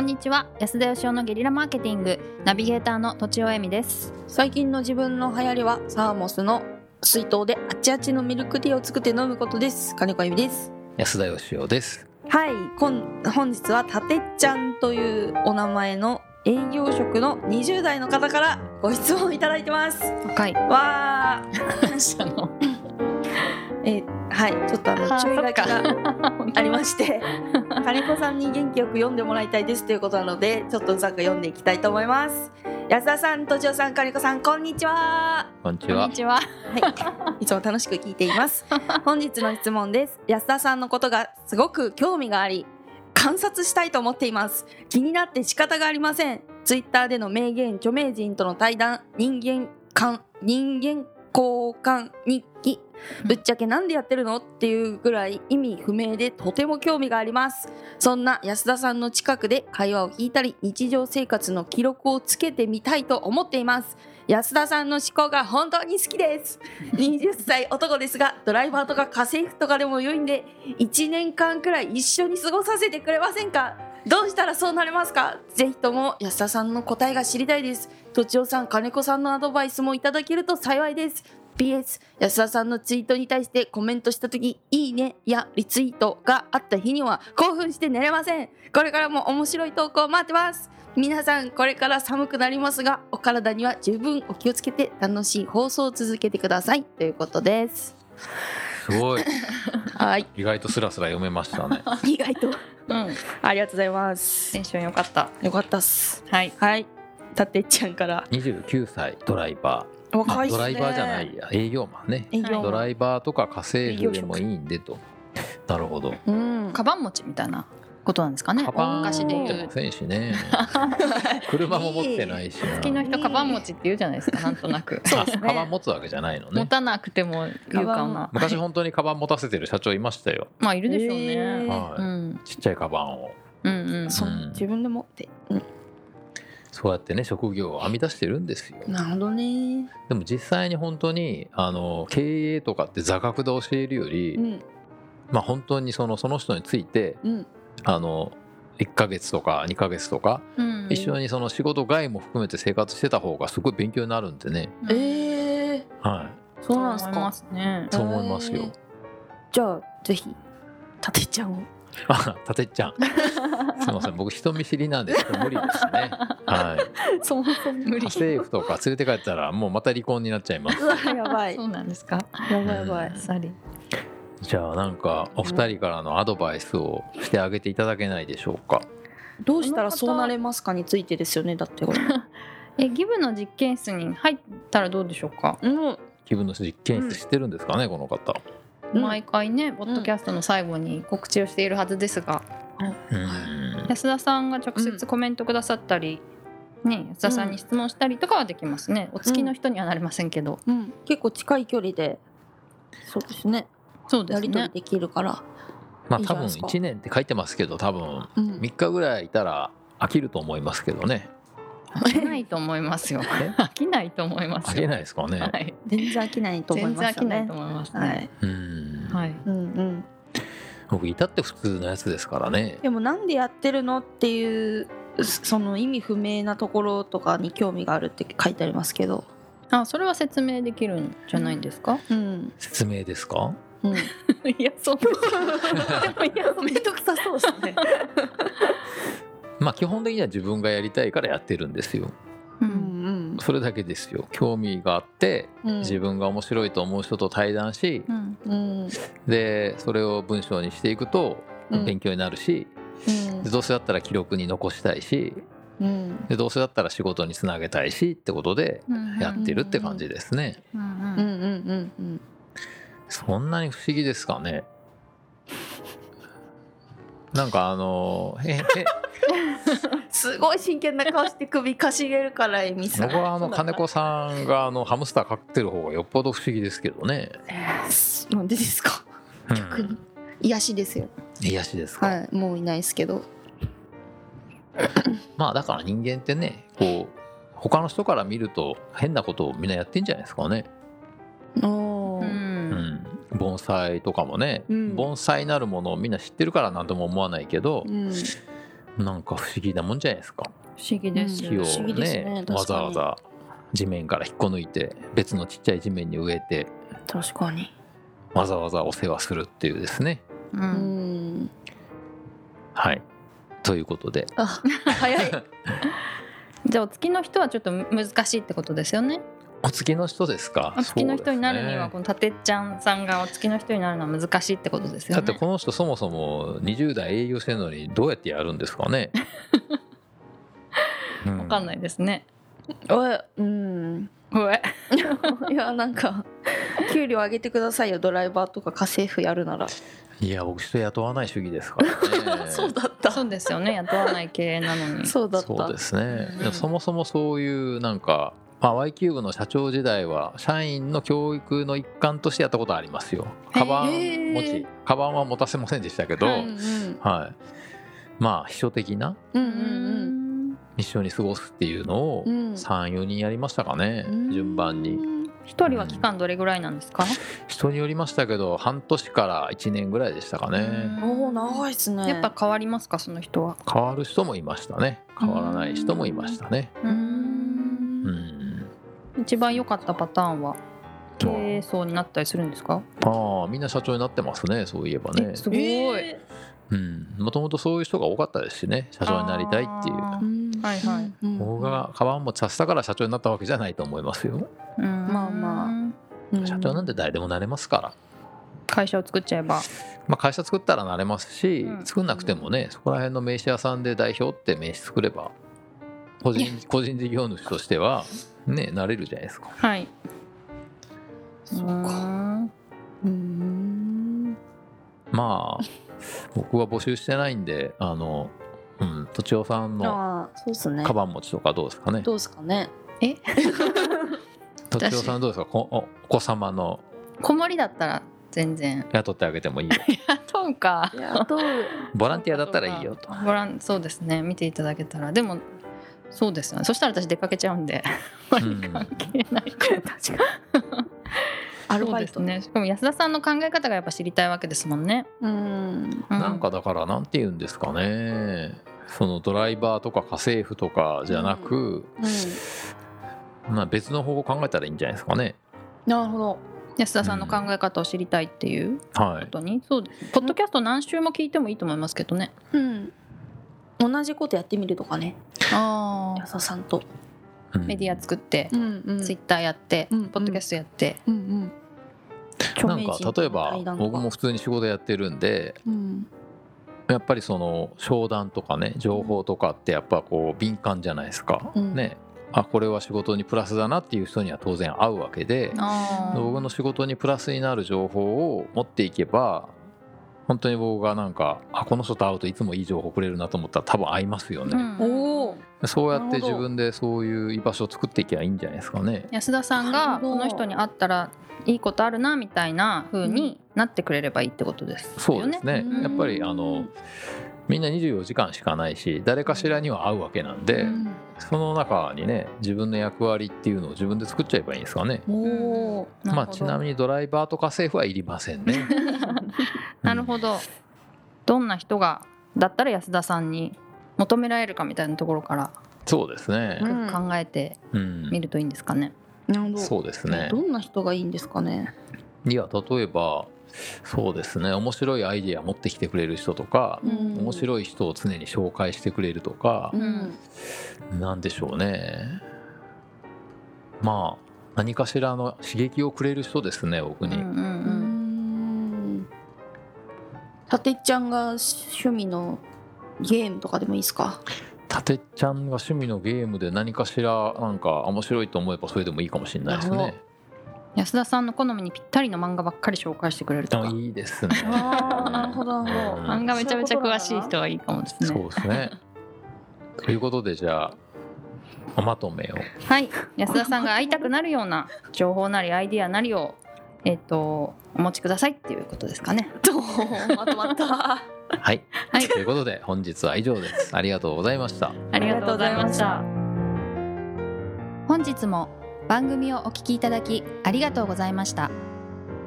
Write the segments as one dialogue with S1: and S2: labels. S1: んにちは安田義生のゲリラマーケティングナビゲーターのとちおえみです
S2: 最近の自分の流行りはサーモスの水筒であっちあっちのミルクティーを作って飲むことです金子由美です
S3: 安田義雄です。
S2: はいこん本日はたてっちゃんというお名前の営業職の20代の方からご質問いただいてます
S1: 若い
S2: わー
S1: 感謝の
S2: えはいちょっとあの
S1: あ
S2: 注意書き
S1: そっ
S2: が ありま
S1: し
S2: して金子さんに元気よく読んでもらいたいですということなのでちょっとうざく読んでいきたいと思います安田さん、とちおさん、金子さん、こんにちは
S3: こんにち
S1: こん
S3: は
S1: に。ちは
S2: はい、いつも楽しく聞いています。本日の質問です。安田さんのことがすごく興味があり、観察したいと思っています。気になって仕方がありません。ツイッターでの名言、著名人との対談、人間間人間交換日記。ぶっちゃけなんでやってるのっていうぐらい意味不明でとても興味がありますそんな安田さんの近くで会話を聞いたり日常生活の記録をつけてみたいと思っています安田さんの思考が本当に好きです20歳男ですがドライバーとか家政婦とかでも良いんで1年間くらい一緒に過ごさせてくれませんかどうしたらそうなれますかぜひとも安田さんの答えが知りたいですとちおさん金子さんのアドバイスもいただけると幸いです PS 安田さんのツイートに対してコメントした時「いいね」やリツイートがあった日には興奮して寝れませんこれからも面白い投稿待ってます皆さんこれから寒くなりますがお体には十分お気をつけて楽しい放送を続けてくださいということです
S3: すごい。
S2: はい
S3: 意外とスラスラ読めましたね。
S2: 意外と
S1: うん
S2: ありがとうございます
S1: テンション良かった
S2: よかったっす
S1: はい
S2: はいたてっちゃんから
S3: 二十九歳ドライバー。ま
S2: 若
S3: あ
S2: いっす
S3: ド
S2: ね
S3: ライバーじゃないや営業マンね。
S2: 営業
S1: はい
S3: ドライバーとか家政婦でもいいんでと。なるほど。
S2: うん
S1: カバン持ちみたいなことなんですかね
S3: カバン
S1: 昔で
S3: 持って
S1: 言う
S3: ませんしね。 車も持ってないしな。
S1: 好きの人カバン持ちって言うじゃないですかなんとなく
S2: そうです
S3: カバ
S2: ね
S3: ン持つわけじゃないの
S1: 持
S3: ね。
S1: たなくても言うかな
S3: 昔本当にカバン持たせてる社長いましたよ。
S1: まあいるでしょう
S2: えー
S1: ね、
S3: は
S1: う
S3: い。
S1: ん
S3: ちっちゃいカバンを
S1: うんうん
S2: そう
S3: うん
S2: 自分で持って、うん
S3: そうやってね職業を編み出してるんですよ。
S2: なるほどね
S3: でも実際に本当にあの経営とかって座学で教えるより、
S2: うん
S3: まあ、本当にそのその人について
S2: うん
S3: あの1ヶ月とか2ヶ月とか、
S1: うん
S3: 一緒にその仕事外も含めて生活してた方がすごい勉強になるんでね、
S1: うん
S2: ええ
S3: は
S2: そうなんです
S1: 思いま
S2: か
S1: すね
S3: い、そう思います
S2: へ
S3: よ
S2: ー。じゃあぜひたてっちゃんを
S3: あたてっちゃんすいません僕人見知りなんですけど無理ですね。はい、
S2: そも そも
S1: 無
S3: 家
S1: 理
S3: 政婦とか連れて帰ったらもうまた離婚になっちゃいます。
S2: うわやば い
S1: そうなんですか
S2: やばいやばい
S3: うん
S1: サリ
S3: じゃあなんかお二人からのアドバイスをしてあげていただけないでしょうか。
S2: どうしたらそうなれますかについてですよねだってこれ
S1: えギブの実験室に入ったらどうでしょうか、
S2: うん
S3: 気分の実験室してるんですかね、この方。
S2: うん
S1: 毎回ねポッドキャストの最後に告知をしているはずですが、
S3: うん
S1: 安田さんが直接コメントくださったり、ね、安田さんに質問したりとかはできますねお付きの人にはなりませんけど、
S2: うん結構近い距離でそうですね
S1: そうで
S2: や
S1: す
S2: り取
S1: ね
S2: りできるから、
S3: まあ
S2: いいじ
S3: 多
S2: ゃない
S3: 分
S2: ですか
S3: 1年って書いてますけど多分
S2: うん
S3: 3日ぐらいいたら飽きると思いますけどね
S1: 飽きないと思いますよ
S3: え
S1: 飽きないと思います
S3: 飽き
S1: よ
S3: ないですかね、
S1: はい、
S2: 全然飽きないと思い
S1: 全
S2: ま
S1: 然
S2: す
S1: 飽
S2: よ
S1: きない
S2: ね
S1: と思いますね
S2: はい
S3: うん、
S1: はい、
S2: うんうん
S3: 僕いたって普通のやつですからね
S2: でもなんでやってるのっていうその意味不明なところとかに興味があるって書いてありますけど
S1: あそれは説明できるんじゃないんですか
S2: うん
S3: 説明ですか
S2: うん
S1: いやそんなでもいや
S2: めんどくさそうですね
S3: まあ基本的には自分がやりたいからやってるんですよ
S1: う
S2: うんん
S3: それだけですよ興味があって
S2: うん
S3: 自分が面白いと思う人と対談し
S1: うん
S2: うん
S3: でそれを文章にしていくと
S2: うん
S3: 勉強になるし、
S2: うん
S3: でどうせだったら記録に残したいし
S2: うん
S3: でどうせだったら仕事につなげたいしってことで
S1: うん
S3: やってるって感じですね。
S1: うん
S2: うんう
S1: うん
S2: んうん
S3: そんなに不思議ですかね。なんかあのへ へ
S2: すごい真剣な顔して首かしげるからエミさん
S3: 僕はあの金子さんがあのハムスター飼ってる方がよっぽど不思議ですけどね。
S2: なんでですか逆に癒しですよ
S3: 癒しですか、
S2: はいもういないですけど
S3: まあだから人間ってねこう他の人から見ると変なことをみんなやってんじゃないですかね。
S1: う
S2: おー
S3: うんん、盆栽とかもね、
S2: うん
S3: 盆栽なるものをみんな知ってるから何とも思わないけど、
S2: うん
S3: なんか不思議なもんじゃないですか
S1: 不思議ですよ
S3: 木を
S1: ね。
S2: 不思議ですね
S3: ね
S2: 確かに
S3: わざわざ地面から引っこ抜いて別のちっちゃい地面に植えて
S2: 確かに
S3: わざわざお世話するっていうですね
S1: う
S2: うんん
S3: はいということで
S2: あ早い
S1: じゃあお月の人はちょっと難しいってことですよね。
S3: お月の人ですか
S1: お月の人になるに
S3: そうです
S1: は
S3: ね
S1: このたてっちゃんさんがお月の人になるのは難しいってことですよ
S3: だっ
S1: ね。
S3: てこの人そもそも20代営業してるのにどうやってやるんですか ね、
S1: わかんないいですね。
S2: おうん
S1: おい
S2: いやなんか給料上げてくださいよドライバーとか家政婦やるなら
S3: うんいや僕人雇わない主義ですからね
S2: だ っ
S1: そうですよね。雇わない経営なのに。
S2: そうだった
S3: そうですね、
S2: うん
S3: でもそもそもそういうなんか、まあ、Y キューブの社長時代は社員の教育の一環としてやったことありますよカバン持
S1: へ
S3: ち
S1: ー
S3: カバンは持たせませんでしたけど、
S1: は
S3: はい
S1: い
S3: まあ秘書的な
S2: うんう
S1: うんん
S3: 一緒に過ごすっていうのを
S2: うんうん
S3: 34人やりましたかね、
S2: うん
S3: 順番に
S1: 一人は期間どれぐらいなんですか？
S3: 人によりましたけど半年から1年ぐらいでしたかね、
S2: おお長いっすね
S1: やっぱ変わりますかその人は。
S3: 変わる人もいましたね変わらない人もいましたね
S1: うん
S3: うん、
S1: 一番良かったパターンは経営層になったりするんですか？
S3: ああみんな社長になってますねそういえばね
S1: えすごい。
S2: え
S3: もともとそういう人が多かったですしね社長になりたいっていう
S1: あ
S2: ーう
S1: ー
S2: ん
S1: はいはい
S2: うん
S3: 僕がカバン持ちさせたから社長になったわけじゃないと思いますよ
S1: うん
S2: まあまうん
S3: 社長なんて誰でもなれますから、
S1: 会社を作っちゃえば。
S3: まあ、会社作ったらなれますし
S1: うん
S3: 作んなくてもねそこら辺の名刺屋さんで代表って名刺作れば個人個人事業主としてはねなれるじゃないですか
S1: はい。
S2: そうか
S1: ん
S2: うん
S3: まあ僕は募集してないんであのうんとちおさんの
S2: ああそうっすね
S3: カバン持ちとかどうですか ね
S2: どうっすかね
S3: とちおさんどうですかこおお子様の
S1: 子守だったら全然
S3: 雇ってあげてもいいよ
S1: 雇うか
S2: いや どう
S3: ボランティアだったらいいよと
S1: ご覧そうですね見ていただけたらでもそうですよねそしたら私出かけちゃうんであまり関係ないから、確か
S2: アル
S1: そう
S2: バ
S1: で
S2: イ
S1: す
S2: ト
S1: ねしかも安田さんの考え方がやっぱ知りたいわけですもんね、
S2: うん
S1: う
S3: なんかだからなんて言うんですかねそのドライバーとか家政婦とかじゃなく、まあ別の方法を考えたらいいんじゃないですかね
S2: なるほど
S1: 安田さんの考え方を知りたいっていう
S3: は
S1: こ
S3: い
S1: とに、そうですポッドキャスト何週も聞いてもいいと思いますけどね
S2: うん同じことやってみるとかね
S1: あ
S2: 安田さんと
S3: うん
S1: メディア作って、
S2: んう
S1: ツイッターやって、
S2: うん
S1: ポッドキャストやって、
S2: うん
S3: なんか例えば僕も普通に仕事やってるんで
S2: うんうん
S3: やっぱりその商談とかね情報とかってやっぱこう敏感じゃないですか、
S2: うん
S3: ねあこれは仕事にプラスだなっていう人には当然合うわけで、
S1: あー
S3: 僕の仕事にプラスになる情報を持っていけば本当に僕がなんかあこの人と会うといつもいい情報くれるなと思ったら多分合いますよね、
S2: おお
S3: そうやって
S2: なるほ
S3: 自
S2: ど
S3: 分でそういう居場所を作っていけばいいんじゃないですかね
S1: 安田さん
S2: な
S1: が
S2: るほ
S1: こ
S2: ど
S1: の人に会ったらいいことあるなみたいな風になってくれればいいってことです
S3: そうですね
S2: うん
S3: やっぱりあのみんな24時間しかないし誰かしらには会うわけなんで、
S2: うん
S3: その中にね自分の役割っていうのを自分で作っちゃえばいいんですかね
S2: おお
S3: まあちな
S1: に
S3: みにドライバーとか政府はいりませ んね
S1: なるほどどんな人がだったら安田さんに求められるかみたいなところから
S3: そうですね
S2: うん
S1: 考えて
S3: うん
S1: みるといいんですかね、
S2: なるほど
S3: そうですね
S2: どんな人がいいんですかね
S3: いや例えばそうですね面白いアイディア持ってきてくれる人とか、
S2: うん
S3: 面白い人を常に紹介してくれるとか
S2: う、
S1: うん
S2: ん
S3: なんでしょうねまあ何かしらの刺激をくれる人ですね僕
S1: うん
S3: に、
S1: うんう
S2: うんんたてっちゃんが趣味のゲームとかでもいいですか
S3: たてっちゃんが趣味のゲームで何かしらなんか面白いと思えばそれでもいいかもしれないです
S2: な
S3: ね
S2: る
S1: 安田さんの好みにぴったりの漫画ばっかり紹介してくれると
S3: あ
S1: か
S3: いいですね
S2: あーなるほどなるほど
S3: うん
S1: 漫画めちゃめちゃ詳しい人はいいかもです
S3: そ
S1: ね
S3: うですねということでじゃあまとめを
S1: はい安田さんが会いたくなるような情報なりアイディアなりをえっ、とお持ちくださいっていうことですかね
S2: どうまとまった
S3: はい、
S1: はい
S3: ということで本日は以上ですありがとうございました
S1: ありがとうございました。
S4: 本日も番組をお聞きいただきありがとうございました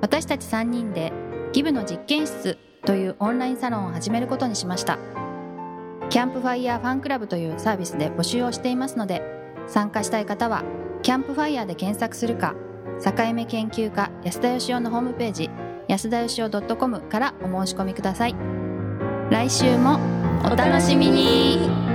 S4: 私たち3人でギブの実験室というオンラインサロンを始めることにしました
S1: キャンプファイヤーファンクラブというサービスで募集をしていますので参加したい方はキャンプファイヤーで検索するか境目研究家安田義雄のホームページ安田義雄 .com からお申し込みください来週もお楽しみに